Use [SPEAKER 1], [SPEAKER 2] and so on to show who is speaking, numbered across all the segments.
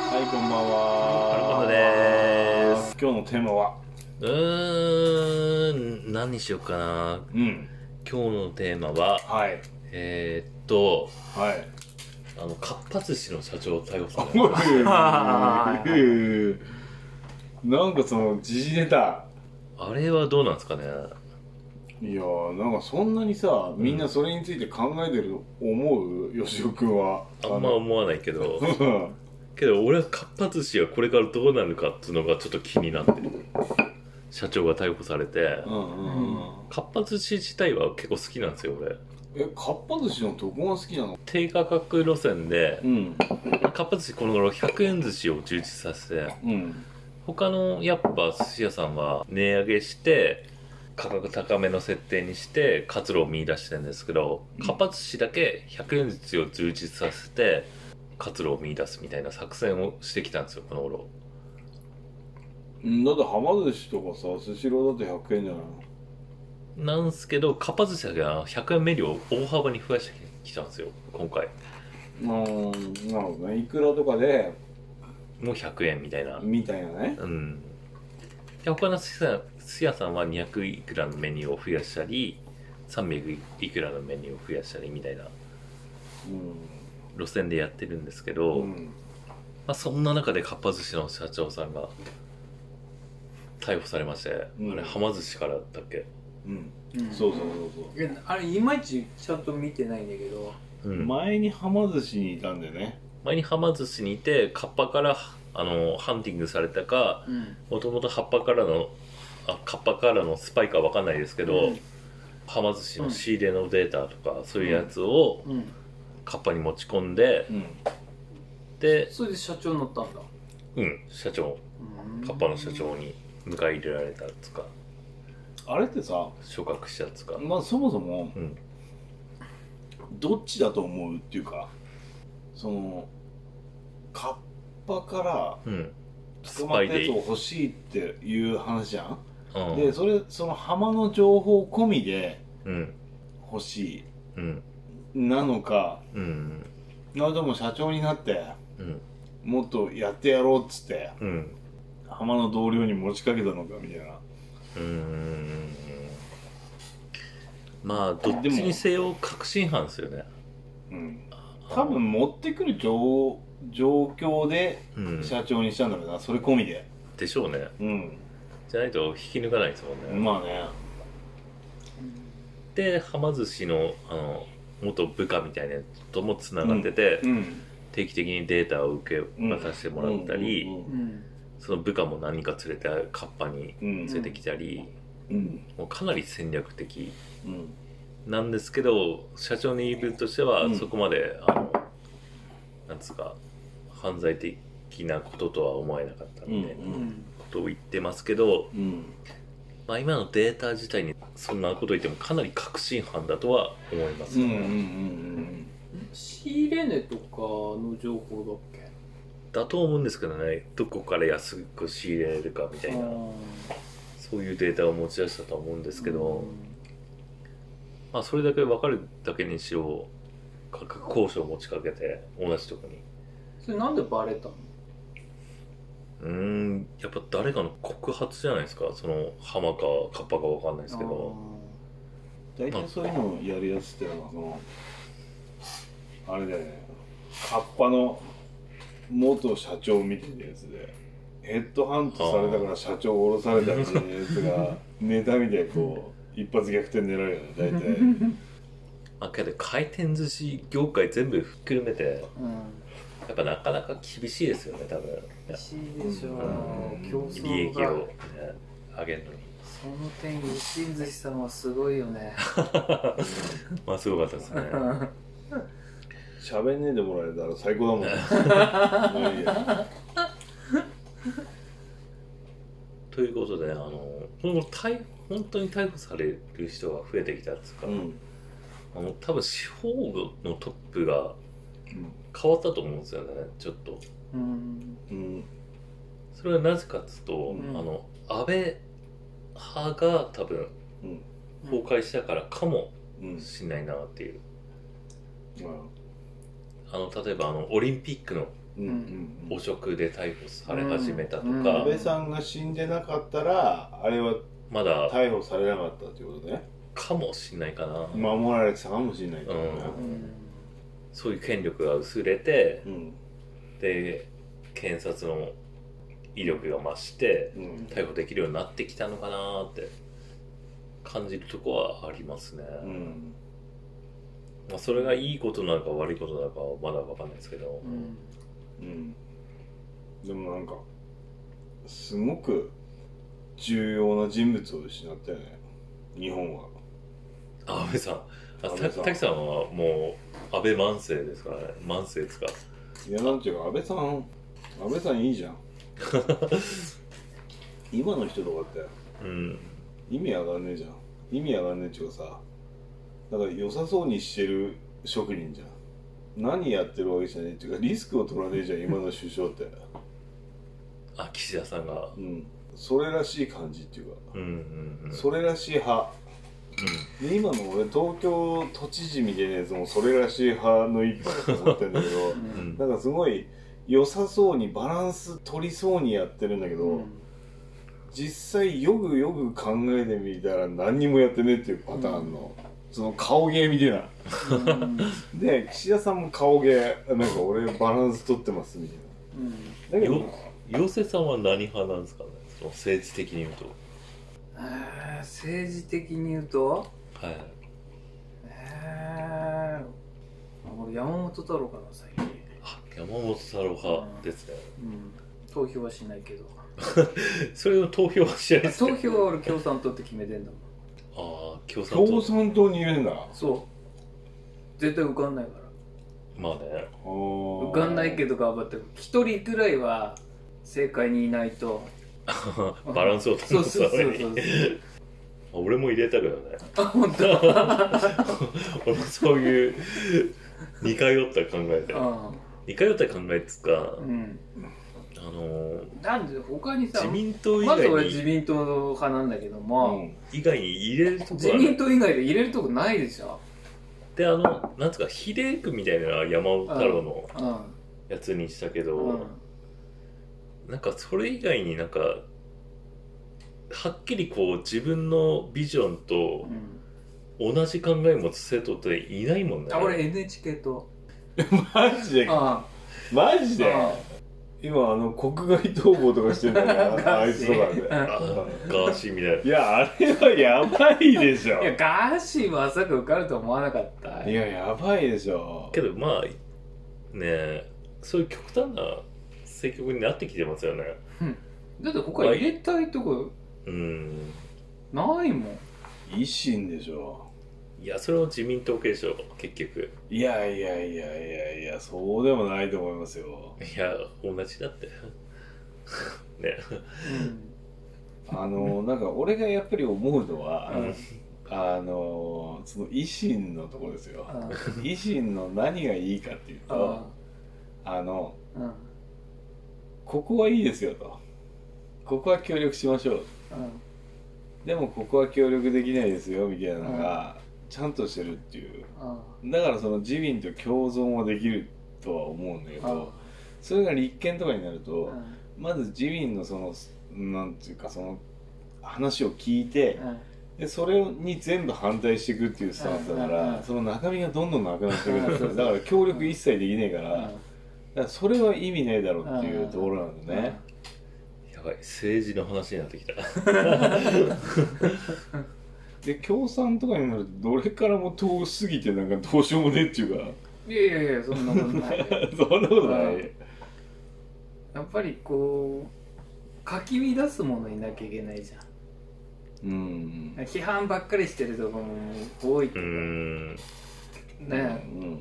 [SPEAKER 1] は
[SPEAKER 2] 春子です
[SPEAKER 1] 今日のテーマは
[SPEAKER 2] うーん何にしようかな
[SPEAKER 1] うん
[SPEAKER 2] 今日のテーマは
[SPEAKER 1] はい
[SPEAKER 2] えー、っと
[SPEAKER 1] はい
[SPEAKER 2] あのかっぱ寿司の社長を逮捕された
[SPEAKER 1] なんかその時事ネタ
[SPEAKER 2] あれはどうなんですかね
[SPEAKER 1] いやーなんかそんなにさみんなそれについて考えてると思うよしおくんは
[SPEAKER 2] あんま思わないけど
[SPEAKER 1] あの
[SPEAKER 2] けど俺はかっぱ寿司がこれからどうなるかっていうのがちょっと気になってる社長が逮捕されて
[SPEAKER 1] うんうんうん
[SPEAKER 2] かっぱ寿司自体は結構好きなんですよ俺
[SPEAKER 1] えかっぱ寿司のどこが好きなの
[SPEAKER 2] 低価格路線で
[SPEAKER 1] うん
[SPEAKER 2] かっぱ寿司この頃100円寿司を充実させて
[SPEAKER 1] うん
[SPEAKER 2] 他のやっぱ寿司屋さんは値上げして価格高めの設定にして活路を見出してるんですけど
[SPEAKER 1] うん
[SPEAKER 2] かっぱ寿司だけ100円寿司を充実させて活路を見出すみたいな作戦をしてきたんですよこの頃
[SPEAKER 1] うんだってはま寿司とかさスシローだって100円じゃないの
[SPEAKER 2] なんすけどかっぱ寿司だけは100円メニューを大幅に増やしてきたんですよ今回
[SPEAKER 1] うーんなるほどねいくらとかで
[SPEAKER 2] もう100円みたいな
[SPEAKER 1] みたいなね
[SPEAKER 2] うんで他の寿司屋寿司屋さんは200いくらのメニューを増やしたり300いくらのメニューを増やしたりみたいな
[SPEAKER 1] う
[SPEAKER 2] 路線でやってるんですけど、
[SPEAKER 1] ん、
[SPEAKER 2] ま
[SPEAKER 1] ん、
[SPEAKER 2] あ、そんな中でかっぱ寿司の社長さんが逮捕されまして、
[SPEAKER 1] うん
[SPEAKER 2] あれはま寿司からだっけ、
[SPEAKER 1] うん、
[SPEAKER 3] うん
[SPEAKER 1] そうそうそうそう
[SPEAKER 3] いやあれいまいちちゃんと見てないんだけど
[SPEAKER 2] うん
[SPEAKER 1] 前にはま寿司にいたんだよね
[SPEAKER 2] 前にはま寿司にいてかっぱからあのハンティングされたか
[SPEAKER 3] うん
[SPEAKER 2] もともと葉っぱからのあカッパからのスパイかわかんないですけど、
[SPEAKER 3] うん
[SPEAKER 2] はま寿司の仕入れのデータとか、そういうやつを
[SPEAKER 3] うん
[SPEAKER 2] カッパに持ち込んで、
[SPEAKER 1] うん
[SPEAKER 2] で、
[SPEAKER 3] それで社長になったんだ
[SPEAKER 2] うん、社長カッパの社長に迎え入れられたやつか
[SPEAKER 1] あれってさ
[SPEAKER 2] 昇格したやつか、
[SPEAKER 1] まあそもそも
[SPEAKER 2] うん、
[SPEAKER 1] どっちだと思うっていうかそのカッパから
[SPEAKER 2] うん、
[SPEAKER 1] 捕まったやつを欲しいっていう話じゃん
[SPEAKER 2] うん、
[SPEAKER 1] でそれその浜の情報込みで
[SPEAKER 2] うん
[SPEAKER 1] 欲し
[SPEAKER 2] うん
[SPEAKER 1] いなのか
[SPEAKER 2] うん
[SPEAKER 1] なれとも社長になって
[SPEAKER 2] うん
[SPEAKER 1] もっとやってやろうっつって
[SPEAKER 2] うん
[SPEAKER 1] 浜の同僚に持ちかけたのかみたいな
[SPEAKER 2] うんまあどっちにせよ確信犯ですよね
[SPEAKER 1] うん多分持ってくる状状況で
[SPEAKER 2] うん
[SPEAKER 1] 社長にしたんだろうな、それ込みで
[SPEAKER 2] でしょうね
[SPEAKER 1] うん
[SPEAKER 2] じゃないと引き抜かないですもんね、
[SPEAKER 1] まあね
[SPEAKER 2] ではま寿司のあの元部下みたいなやつともつながってて、
[SPEAKER 1] ん
[SPEAKER 2] 定期的にデータを受け渡してもらったり、
[SPEAKER 1] うん
[SPEAKER 3] うん
[SPEAKER 2] その部下も何人か連れてカッパに
[SPEAKER 1] うん
[SPEAKER 2] 連れてきたり、
[SPEAKER 1] うん
[SPEAKER 2] もうかなり戦略的
[SPEAKER 1] うん
[SPEAKER 2] なんですけど社長の言い分としては、
[SPEAKER 1] うん
[SPEAKER 2] そこまであのなんつうか犯罪的なこととは思えなかったみたいな
[SPEAKER 1] うん
[SPEAKER 2] ことを言ってますけど、
[SPEAKER 1] うん
[SPEAKER 2] まあ、今のデータ自体にそんなこと言ってもかなり確信犯だとは思います
[SPEAKER 1] うんう
[SPEAKER 2] よ
[SPEAKER 1] ん
[SPEAKER 2] ね、
[SPEAKER 1] うん
[SPEAKER 3] 仕入れ値とかの情報だっけ
[SPEAKER 2] だと思うんですけどねどこから安く仕入れるかみたいな、そういうデータを持ち出したと思うんで
[SPEAKER 3] です
[SPEAKER 2] けど、まあ、それだけ分かるだけにしろ価格交渉を持ちかけて同じとこに
[SPEAKER 3] それなんでバレたの
[SPEAKER 2] うーんやっぱ誰かの告発じゃないですかその浜かカッパか分かんないですけど
[SPEAKER 1] 大体そういうのをやるやつってのはそのあれだよねカッパの元社長みたいなやつでヘッドハントされたから社長を降ろされたみたいなやつがネタみたいにこう一発逆転狙うよね大体
[SPEAKER 2] まあけど回転寿司業界全部ひっくるめて
[SPEAKER 3] うん
[SPEAKER 2] やっぱなかなか厳しいですよね多分
[SPEAKER 3] 美味しいでしょ
[SPEAKER 1] うん
[SPEAKER 3] 競争が
[SPEAKER 2] 利益を、ね、上げるのに
[SPEAKER 3] その点吉井寿司さんはすごいよね
[SPEAKER 2] まあすごかったですね
[SPEAKER 1] 喋んねえでもらえたら最高だもんねまあいいや
[SPEAKER 2] ということであの今後逮本当に逮捕される人が増えてきたんですか、
[SPEAKER 1] うん
[SPEAKER 2] あの多分司法のトップが変わったと思うんですよねちょっと
[SPEAKER 3] うん
[SPEAKER 1] うん
[SPEAKER 2] それはなぜかっつうと、
[SPEAKER 1] うん
[SPEAKER 2] あの安倍派が多分
[SPEAKER 1] うん
[SPEAKER 2] 崩壊したからかも
[SPEAKER 1] うん
[SPEAKER 2] しれないなっていう
[SPEAKER 1] まあ
[SPEAKER 2] あの例えばあのオリンピックの
[SPEAKER 1] ううんうんうん
[SPEAKER 2] 汚職で逮捕され始めたと
[SPEAKER 3] うん
[SPEAKER 2] か
[SPEAKER 1] 安、倍さんが死んでなかったらあれは
[SPEAKER 2] まだ
[SPEAKER 1] 逮捕されなかったってことね
[SPEAKER 2] かもしんないかな、
[SPEAKER 1] 守られてたかもしれないけどね
[SPEAKER 3] うん
[SPEAKER 2] そういう権力が薄れて
[SPEAKER 1] うん
[SPEAKER 2] で検察の威力が増して
[SPEAKER 1] うん
[SPEAKER 2] 逮捕できるようになってきたのかなーって感じるとこはありますね、
[SPEAKER 1] うん
[SPEAKER 2] まあ、それがいいことなのか悪いことなのかはまだ分かんないですけど、
[SPEAKER 3] うん
[SPEAKER 1] うんでもなんかすごく重要な人物を失ったよね日本は
[SPEAKER 2] あ安倍さんあ
[SPEAKER 1] 安
[SPEAKER 2] た
[SPEAKER 1] 倍さん
[SPEAKER 2] 滝さんはもう安倍万世ですからね万世ですか
[SPEAKER 1] いやなんていうか安倍さん安倍さんいいじゃん今の人とかって
[SPEAKER 2] うん
[SPEAKER 1] 意味上がんねえじゃん意味上がんねえっちゅうかさなんか良さそうにしてる職人じゃん何やってるわけじゃねえっていうかリスクを取らねえじゃん今の首相って
[SPEAKER 2] あ岸田さんが
[SPEAKER 1] うんそれらしい感じっていうか、
[SPEAKER 2] うんうんうん
[SPEAKER 1] それらしい派で今の俺東京都知事みたいなやつもそれらしい派の一派だと思ってるんだけど
[SPEAKER 3] う
[SPEAKER 2] うん
[SPEAKER 3] ん
[SPEAKER 1] なんかすごい良さそうにバランス取りそうにやってるんだけど、実際よくよく考えてみたら何にもやってねえっていうパターンの、その顔芸みたいな
[SPEAKER 3] うん
[SPEAKER 1] で岸田さんも顔芸なんか俺バランス取ってますみたい
[SPEAKER 3] うん
[SPEAKER 1] なだけど
[SPEAKER 2] よ陽性さんは何派なんですかねその政治的に言うと
[SPEAKER 3] えー政治的に言うと
[SPEAKER 2] はい
[SPEAKER 3] えー、俺山本太郎かな最近、
[SPEAKER 2] あ山本太郎派ですね
[SPEAKER 3] うん、投票はしないけど
[SPEAKER 2] それの投票はしないです
[SPEAKER 3] 投
[SPEAKER 2] ね
[SPEAKER 3] 票は俺共産党って決めてんだもん
[SPEAKER 2] ああ共産
[SPEAKER 1] 共
[SPEAKER 2] 党
[SPEAKER 1] 産党に入れんだ
[SPEAKER 3] そう絶対受かんないから
[SPEAKER 2] まあね
[SPEAKER 1] 浮
[SPEAKER 3] 受かんないけど頑張って一人くらいは正解にいないと
[SPEAKER 2] バランスを
[SPEAKER 3] そ
[SPEAKER 2] 保
[SPEAKER 3] う
[SPEAKER 2] つ
[SPEAKER 3] そう
[SPEAKER 2] た
[SPEAKER 3] そうそ
[SPEAKER 2] め
[SPEAKER 3] う
[SPEAKER 2] にあ俺も入れたけどね
[SPEAKER 3] あ本当。
[SPEAKER 2] 俺もそういう似通った考えで
[SPEAKER 3] う
[SPEAKER 2] 似通った考えっつうか、
[SPEAKER 3] んうん
[SPEAKER 2] あのー
[SPEAKER 3] なんで他にさ
[SPEAKER 2] 自民党以
[SPEAKER 3] まず
[SPEAKER 2] 外
[SPEAKER 3] 俺自
[SPEAKER 2] に
[SPEAKER 3] 民党派なんだけど
[SPEAKER 1] う
[SPEAKER 3] も、
[SPEAKER 1] ん
[SPEAKER 2] 以外に入れるとこ
[SPEAKER 3] 自
[SPEAKER 2] は
[SPEAKER 3] 民党以外で入れるとこないでしょ
[SPEAKER 2] であのなんつうか比例区みたいな山本太郎の
[SPEAKER 3] う
[SPEAKER 2] やつにしたけ
[SPEAKER 3] ん、う
[SPEAKER 2] ど
[SPEAKER 3] ん、
[SPEAKER 2] なんかそれ以外になんかはっきりこう自分のビジョンと
[SPEAKER 3] うん
[SPEAKER 2] 同じ考え持つ生徒っていないもんね
[SPEAKER 3] あ俺 NHK と
[SPEAKER 1] マジで
[SPEAKER 3] あ
[SPEAKER 1] マジで
[SPEAKER 3] あ
[SPEAKER 1] 今あの国外逃亡とかしてるんだよなあいつとかで
[SPEAKER 2] あガーシーみたいない
[SPEAKER 1] やあれはやばいでしょ
[SPEAKER 3] いやガーシーまさか受かると思わなかった
[SPEAKER 1] いややばいでしょ
[SPEAKER 2] けどまあねえそういう極端な政局になってきてますよね
[SPEAKER 3] だって他入れたいとこ
[SPEAKER 2] うん
[SPEAKER 3] ないもん
[SPEAKER 1] 維新でしょ
[SPEAKER 2] いやそれは自民党系でしょ結局
[SPEAKER 1] いやいやいやいやいやそうでもないと思いますよ
[SPEAKER 2] いや同じだって ね
[SPEAKER 1] あのなんか俺がやっぱり思うのは、
[SPEAKER 3] うん
[SPEAKER 1] あのその維新のところですよ維新の何がいいかっていうとあの
[SPEAKER 3] うんうん
[SPEAKER 1] ここはいいですよとここは協力しましょうでもここは協力できないですよみたいなのがちゃんとしてるっていうだからその自民と共存はできるとは思うんだけどそれが立憲とかになるとまず自民のそのなんていうかその話を聞いてでそれに全部反対していくっていうスタンスだか
[SPEAKER 3] うんうんう
[SPEAKER 1] ら
[SPEAKER 3] ん
[SPEAKER 1] その中身がどんどんなくなってくるんです
[SPEAKER 3] う
[SPEAKER 1] よ
[SPEAKER 3] ん
[SPEAKER 1] だから協力一切できねえからだからそれは意味ねえだろうっていうところなんだね
[SPEAKER 2] やばい政治の話になってきた
[SPEAKER 1] で共産とかになるとどれからも遠すぎてなんかどうしようもねえっていうか
[SPEAKER 3] いやいやいやそんなことない
[SPEAKER 1] そんなことな
[SPEAKER 3] う
[SPEAKER 1] い
[SPEAKER 3] やっぱりこうかき乱すものいなきゃいけないじゃ
[SPEAKER 1] うん
[SPEAKER 3] ん批判ばっかりしてるとこも多いって
[SPEAKER 2] う
[SPEAKER 3] いうか
[SPEAKER 2] ん
[SPEAKER 1] ね
[SPEAKER 3] ね
[SPEAKER 1] うん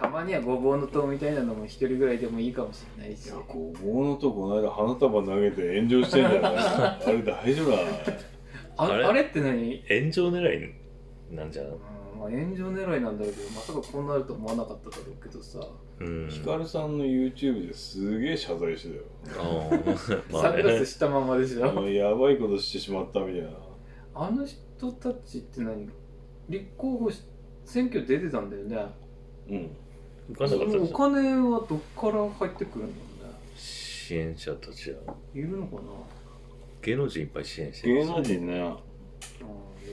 [SPEAKER 3] たまにはごぼうの塔みたいなのも一人ぐらいでもいいかもしれない
[SPEAKER 1] い
[SPEAKER 3] し
[SPEAKER 1] やごぼうのとこの間花束投げて炎上してんじゃ ないあれ大丈夫だ
[SPEAKER 3] あ
[SPEAKER 2] あれ
[SPEAKER 3] あれって何
[SPEAKER 2] 炎上狙いなんじゃん
[SPEAKER 3] うんまあ、炎上狙いなんだろうけどまさかこうなると思わなかっただろうけどさ、
[SPEAKER 2] うん
[SPEAKER 1] ヒカルさんの YouTube ですげえ謝罪してたよ
[SPEAKER 2] あーま
[SPEAKER 3] サ
[SPEAKER 2] あ
[SPEAKER 3] ングラ
[SPEAKER 2] ね
[SPEAKER 3] スしたままでし
[SPEAKER 1] あ
[SPEAKER 3] ょ
[SPEAKER 1] のやばいことしてしまったみたいな
[SPEAKER 3] あの人たちって何立候補し選挙出てたんだよね
[SPEAKER 1] うん
[SPEAKER 2] 浮かんなかった
[SPEAKER 3] お
[SPEAKER 2] ですよ
[SPEAKER 3] 金はどっから入ってくるんだろうね
[SPEAKER 2] 支援者たちは。
[SPEAKER 3] いるのかな
[SPEAKER 2] 芸能人いっぱい支援してるんで
[SPEAKER 1] 芸
[SPEAKER 2] すよ
[SPEAKER 1] 能人ね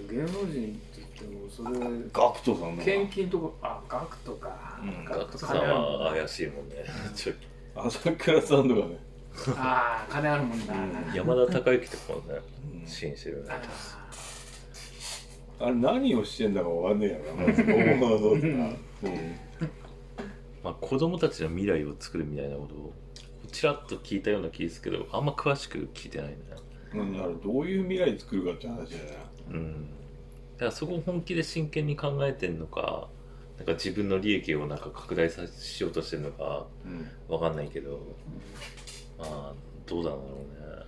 [SPEAKER 3] うん芸能人って言ってもそれ
[SPEAKER 1] ガクトさんの
[SPEAKER 3] 献金とかあ額とか、
[SPEAKER 1] うん
[SPEAKER 2] ガクトさん
[SPEAKER 3] 金あるもん
[SPEAKER 2] は
[SPEAKER 3] な
[SPEAKER 2] 怪しいもんね。 ちょ
[SPEAKER 1] 朝倉さんとかね、
[SPEAKER 3] あー金あるもんな、
[SPEAKER 1] うん
[SPEAKER 2] 山田孝之とかもね、
[SPEAKER 1] うん
[SPEAKER 2] 支援してるよね
[SPEAKER 3] あ。
[SPEAKER 1] あれ何をしてんだかわかんねえやろなまず僕のどうだなうん
[SPEAKER 2] まあ子供たちの未来を作るみたいなことを、ちらっと聞いたような気ですけど、あんま詳しく聞いてないね。
[SPEAKER 1] うんだからどういう未来作るかって話だよね
[SPEAKER 2] うん。だからそこを本気で真剣に考えてるのか、なんか自分の利益をなんか拡大さしようとしてるのか、わかんないけど、まあ、どうなんだろうね。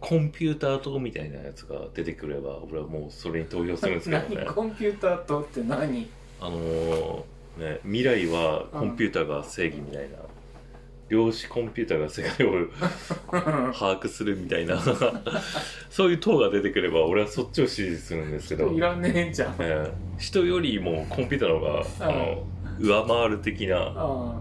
[SPEAKER 2] コンピューターとみたいなやつが出てくれば、俺はもうそれに投票するんです
[SPEAKER 3] うん、
[SPEAKER 2] けどね
[SPEAKER 3] 何。コンピューターとって何
[SPEAKER 2] あのーね、未来はコンピューターが正義みたいな、量子コンピューターが世界を 把握するみたいな、 そういう党が出てくれば、俺はそっちを支持するんですけど、
[SPEAKER 3] いらねえじゃんあ
[SPEAKER 2] ね人よりもコンピューターの方が、あの、上回る的な、
[SPEAKER 3] あ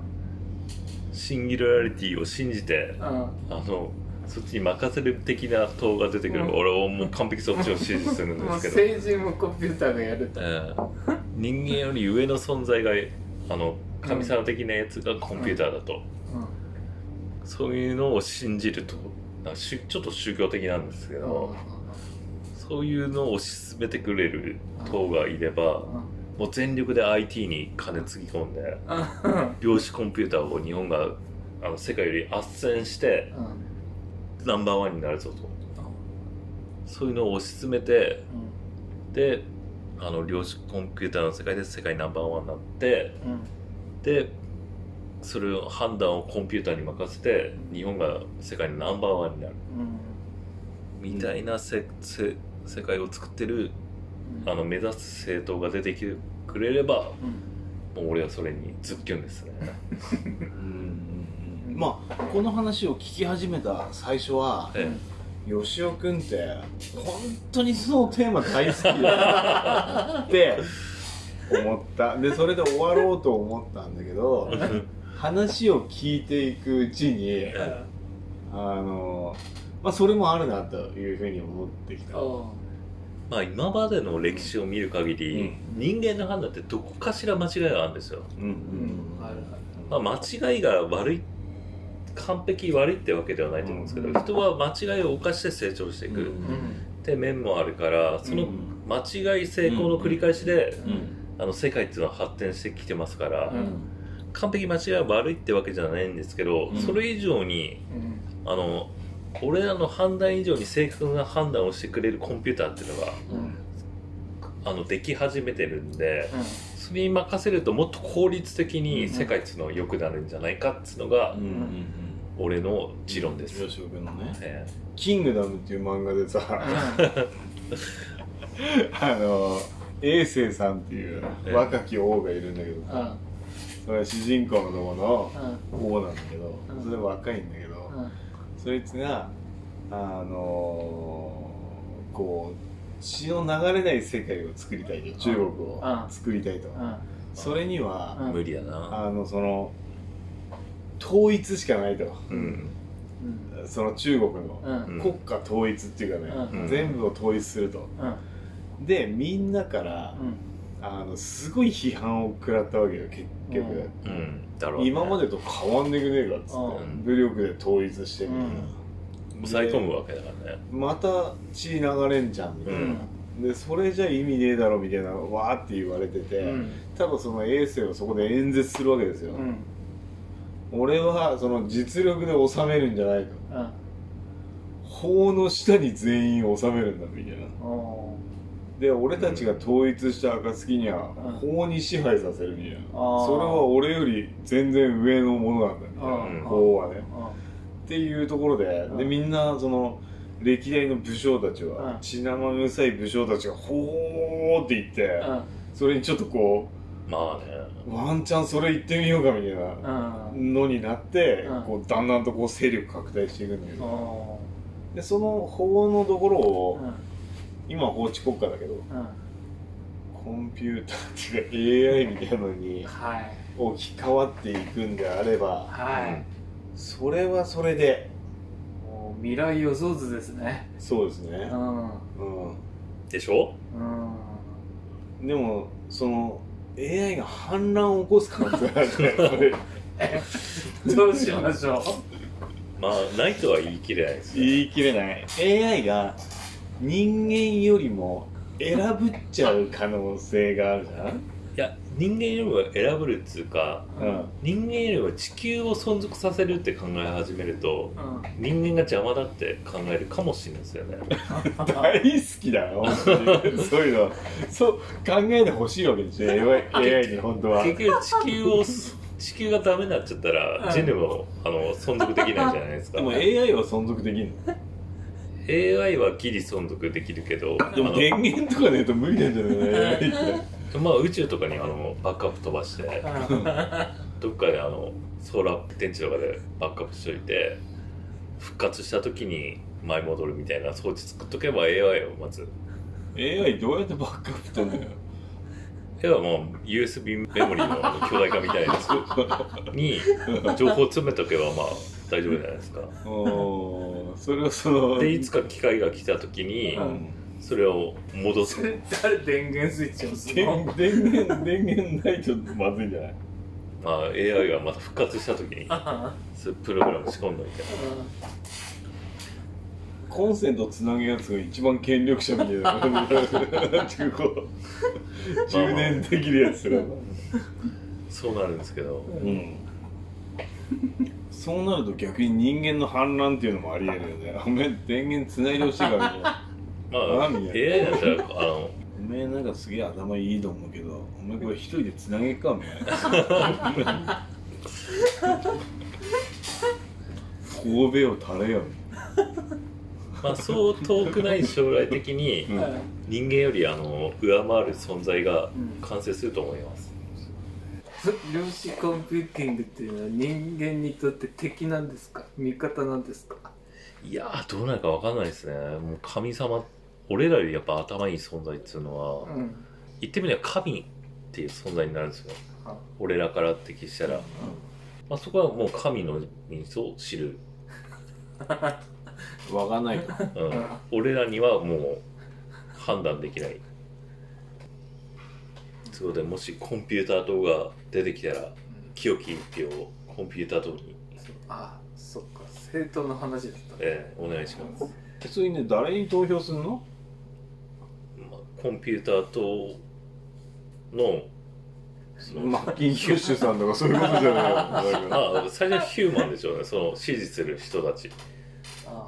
[SPEAKER 2] シンギュラリティを信じて、
[SPEAKER 3] あ
[SPEAKER 2] あの、そっちに任せる的な党が出てくれば、
[SPEAKER 3] うん
[SPEAKER 2] 俺はもう完璧そっちを支持する
[SPEAKER 3] あ
[SPEAKER 2] ん
[SPEAKER 3] もう
[SPEAKER 2] ですけど。
[SPEAKER 3] 政治もコンピューターがやると
[SPEAKER 2] えー人間より上の存在があの神様的なやつがコンピューターだと、
[SPEAKER 3] う
[SPEAKER 2] そういうのを信じるとなんかしちょっと宗教的なんですけ
[SPEAKER 3] んうん
[SPEAKER 2] ど、そういうのを推し進めてくれる党がいれば、もう全力で IT に金つぎ込んで
[SPEAKER 3] うん
[SPEAKER 2] 量子コンピューターを日本があの世界より圧旋して
[SPEAKER 3] うん
[SPEAKER 2] ナンバーワンになるぞとそういうのを推し進めてであの量子コンピューターの世界で世界ナンバーワンになって。
[SPEAKER 3] うん
[SPEAKER 2] でそれを判断をコンピューターに任せて日本が世界のナンバーワンになる
[SPEAKER 3] うん
[SPEAKER 2] みたいなせ、せ世界を作ってるあの目指す政党が出てきてくれれば
[SPEAKER 3] うん
[SPEAKER 2] もう俺はそれにズッキュンですね
[SPEAKER 1] うんまあこの話を聞き始めた最初は
[SPEAKER 2] え
[SPEAKER 1] 吉尾君って本当にそのテーマ大好きだなって思ったでそれで終わろうと思ったんだけど話を聞いていくうちに
[SPEAKER 2] え
[SPEAKER 1] あの、まあ、それもあるなというふうに思ってきた
[SPEAKER 3] ああ
[SPEAKER 2] まあ今までの歴史を見る限り、人間の判断ってどこかしら間違いがあるんですよ、
[SPEAKER 1] うんうん
[SPEAKER 3] あるある
[SPEAKER 2] まあ、間違いが悪い完璧悪いってわけではないと思うんですけど、
[SPEAKER 1] うん
[SPEAKER 2] 人は間違いを犯して成長していく、
[SPEAKER 1] うん
[SPEAKER 2] って面もあるからその
[SPEAKER 1] うん
[SPEAKER 2] 間違い成功の繰り返しで、
[SPEAKER 1] うん
[SPEAKER 2] あの世界っていうのは発展してきてますから、
[SPEAKER 3] うん
[SPEAKER 2] 完璧間違いは悪いってわけじゃないんですけど、
[SPEAKER 1] うん
[SPEAKER 2] それ以上に
[SPEAKER 3] うん
[SPEAKER 2] あの俺らの判断以上に正確な判断をしてくれるコンピューターっていうのが
[SPEAKER 3] うん
[SPEAKER 2] あのでき始めてるんで
[SPEAKER 3] うん
[SPEAKER 2] それに任せるともっと効率的に世界っていうのは良くなるんじゃないかっつうのが、
[SPEAKER 1] うんうん
[SPEAKER 2] 俺の持論です。
[SPEAKER 1] 吉尾君のね
[SPEAKER 2] ええ
[SPEAKER 1] 「キングダム」っていう漫画でさあの永世さんっていう若き王がいるんだけど
[SPEAKER 3] うんうん
[SPEAKER 1] それは主人公のとこの
[SPEAKER 3] うん
[SPEAKER 1] 王なんだけど
[SPEAKER 3] うん
[SPEAKER 1] それ若いんだけど
[SPEAKER 3] うん
[SPEAKER 1] そいつがあのーこう血の流れない世界を作りたいと中国を
[SPEAKER 3] うん
[SPEAKER 1] 作りたいと
[SPEAKER 3] うん
[SPEAKER 1] それには
[SPEAKER 3] うん
[SPEAKER 2] 無理やな、
[SPEAKER 1] あのその統一しかないと
[SPEAKER 2] うん
[SPEAKER 3] うん
[SPEAKER 1] その中国の
[SPEAKER 3] う
[SPEAKER 2] う
[SPEAKER 3] ん
[SPEAKER 2] ん
[SPEAKER 1] 国家統一っていうか
[SPEAKER 2] う
[SPEAKER 1] ね
[SPEAKER 2] ん
[SPEAKER 1] 全部を統一すると
[SPEAKER 3] うん
[SPEAKER 1] でみんなからあのすごい批判を食らったわけよ結結局、
[SPEAKER 2] うん、だろう、ね、
[SPEAKER 1] 今までと変わんねくねえかっつって、
[SPEAKER 3] うん
[SPEAKER 1] 武力で統一してみたいな、
[SPEAKER 2] 抑え込むわけだからね
[SPEAKER 1] また血流れんじゃんみたいな、でそれじゃ意味ねえだろみたいなわーって言われてて、
[SPEAKER 3] うん
[SPEAKER 1] 多分その衛星はそこで演説するわけですよ、
[SPEAKER 3] うん
[SPEAKER 1] 俺はその実力で収めるんじゃないと
[SPEAKER 3] うん
[SPEAKER 1] 法の下に全員収めるんだみたいな
[SPEAKER 3] お
[SPEAKER 1] で俺たちが統一した暁には
[SPEAKER 3] ん
[SPEAKER 1] 法に支配させるみたいな、
[SPEAKER 3] あー
[SPEAKER 1] それは俺より全然上のものなんだみたいな、
[SPEAKER 2] うん
[SPEAKER 1] 法はねっていうところでで
[SPEAKER 3] うん
[SPEAKER 1] みんなその歴代の武将たち
[SPEAKER 3] う
[SPEAKER 1] は
[SPEAKER 3] ん
[SPEAKER 1] 血生臭い武将たちが「ほー」って言って
[SPEAKER 3] うん
[SPEAKER 1] それにちょっとこ
[SPEAKER 2] まあね
[SPEAKER 1] うワンチャンそれ言ってみようかみたいな
[SPEAKER 3] うん
[SPEAKER 1] のになって
[SPEAKER 3] うん
[SPEAKER 1] こうだんだんとこう勢力拡大していくんだけ
[SPEAKER 3] お
[SPEAKER 1] どでその法のところ
[SPEAKER 3] う
[SPEAKER 1] を
[SPEAKER 3] ん
[SPEAKER 1] 今は法治国家だけど
[SPEAKER 3] うん
[SPEAKER 1] コンピューターっていうか AI みたいなのに
[SPEAKER 3] はい
[SPEAKER 1] 置き換わっていくんであれば
[SPEAKER 3] は
[SPEAKER 1] それはそれで
[SPEAKER 3] い。もう未来予想図ですね。
[SPEAKER 1] そうです
[SPEAKER 3] う
[SPEAKER 1] ね、
[SPEAKER 3] ん。うん。
[SPEAKER 1] う
[SPEAKER 2] でしょ
[SPEAKER 1] ん、でもその AI が反乱を起こす可能性があるからこれ
[SPEAKER 3] どうしましょ
[SPEAKER 2] まあないとは言い切れないです ね
[SPEAKER 1] 言い切れない AI が人間よりも選ぶっちゃう可能性があるじゃん、
[SPEAKER 2] いや人間よりも選ぶるっつうか
[SPEAKER 1] う
[SPEAKER 3] うん
[SPEAKER 1] ん、
[SPEAKER 2] 人間よりも地球を存続させるって考え始めると
[SPEAKER 3] う。うん。
[SPEAKER 2] 人間が邪魔だって考えるかもしれないですよね
[SPEAKER 1] 大好きだよ本 当にそういうのそう考えてほしいわけですよ AI, AI に本当 は
[SPEAKER 2] 結局地球を 地球がダメになっちゃった
[SPEAKER 3] う
[SPEAKER 2] ら
[SPEAKER 3] ん
[SPEAKER 2] 人類もあの存続できないじゃないですか
[SPEAKER 1] でも AI は存続できる
[SPEAKER 2] AI はギリ存続できるけど
[SPEAKER 1] でも電源とかねえと無理なんじゃない AI って
[SPEAKER 2] あのまあ宇宙とかにあのバックアップ飛ばしてどっかであのソーラー電池とかでバックアップしといて復活した時に舞い戻るみたいな装置作っとけば AI をまず
[SPEAKER 1] AI どうやってバックアップとんだ よ
[SPEAKER 2] AI はもう USB メモリーの巨大化みたいなやつに情報詰めとけばまあ大丈夫じゃないですか。
[SPEAKER 1] おーそれはその
[SPEAKER 2] でいつか機械が来た時に
[SPEAKER 1] うん
[SPEAKER 2] それを戻す
[SPEAKER 3] 誰電源スイッチ押すの
[SPEAKER 1] 電電源電源ないとまずいんじゃない
[SPEAKER 2] まあ AI がまた復活した時にそういうプログラム仕込んどいて
[SPEAKER 1] コンセントつなげるやつが一番権力者みたいな感じだ中 古充電できるやつすれば
[SPEAKER 2] そうなるんですけど
[SPEAKER 1] うんそうなると逆に人間の反乱っていうのもありえるよねおめえ電源つないでほしいからみたいな
[SPEAKER 2] まあ
[SPEAKER 1] あみたい
[SPEAKER 2] AI だったらあの
[SPEAKER 1] おめえなんかすげえ頭いいと思うけどおめえこれ一人でつなげっかお前神戸を垂れよ
[SPEAKER 2] まあそう遠くない将来的に
[SPEAKER 1] うん
[SPEAKER 2] 人間よりあの上回る存在が完成すると思います
[SPEAKER 3] 量子コンピューティングっていうのは人間にとって敵なんですか味方なんですか
[SPEAKER 2] いやーどうなるか分かんないですねもう神様俺らよりやっぱ頭いい存在っていうのは
[SPEAKER 3] ん
[SPEAKER 2] 言ってみれば神っていう存在になるんですよ
[SPEAKER 3] あ
[SPEAKER 2] 俺らからって気したら、まあ、そこはもう神の水を知る、
[SPEAKER 1] わかんないと
[SPEAKER 2] うん俺らにはもう判断できないそこでもしコンピューター党が出てきたら清き一票をコンピューター党に、
[SPEAKER 3] あそっか正当の話だったね
[SPEAKER 2] えーお願いします、
[SPEAKER 1] 普通にね誰に投票するの
[SPEAKER 2] まあ、コンピューター党のその
[SPEAKER 1] マッキンキュッシュさんとかそういうことじゃないよだから
[SPEAKER 2] まあ最初はヒューマンでしょうねその支持する人たち、
[SPEAKER 3] あ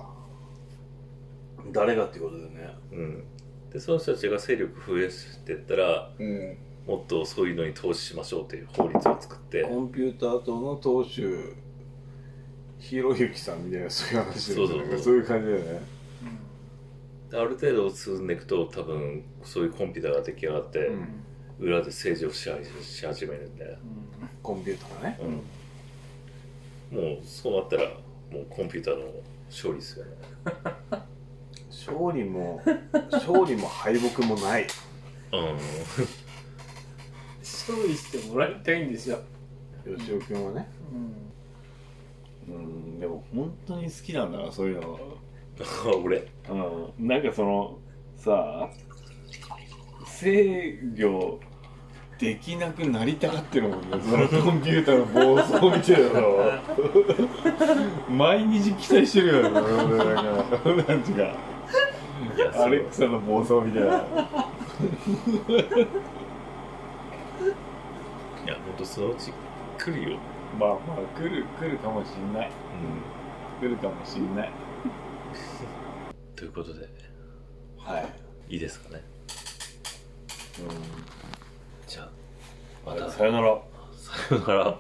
[SPEAKER 1] 誰がってことだよね
[SPEAKER 2] うん、でその人たちが勢力増やしてったら
[SPEAKER 1] うん
[SPEAKER 2] もっとそういうのに投資しましょうという法律を作って
[SPEAKER 1] コンピューターとの党首ひろゆきさんみたいなそういう話だよね
[SPEAKER 2] そうそうそう
[SPEAKER 1] そういう感じだよね、
[SPEAKER 2] である程度進んでいくと多分そういうコンピューターが出来上がって、
[SPEAKER 1] う
[SPEAKER 3] うん
[SPEAKER 1] ん
[SPEAKER 2] 裏で政治を支配し始めるんで、
[SPEAKER 1] コンピューターがね
[SPEAKER 2] うんもうそうなったらもうコンピューターの勝利ですよね
[SPEAKER 1] 勝利も勝利も敗北もない
[SPEAKER 2] うん
[SPEAKER 3] 勝利してもらいたいんでしょ
[SPEAKER 1] 吉尾君はね
[SPEAKER 3] うん
[SPEAKER 1] うんでも本当に好きなんだなそういうの
[SPEAKER 2] 俺
[SPEAKER 1] うんなんかそのさあ制御できなくなりたがってるもんね そのコンピューターの暴走みたいなのを 毎日期待してるよね俺なんかなんていう か
[SPEAKER 2] いや
[SPEAKER 1] アレクサの暴走みたい な。
[SPEAKER 2] いやほんとそのうち来るよ、
[SPEAKER 1] まあまあ来る来るかもしんない。
[SPEAKER 2] う
[SPEAKER 1] 来るかもしんない。
[SPEAKER 2] ん、ということで
[SPEAKER 1] はい。
[SPEAKER 2] いいですかねじゃあまた
[SPEAKER 1] よなら。
[SPEAKER 2] さようなら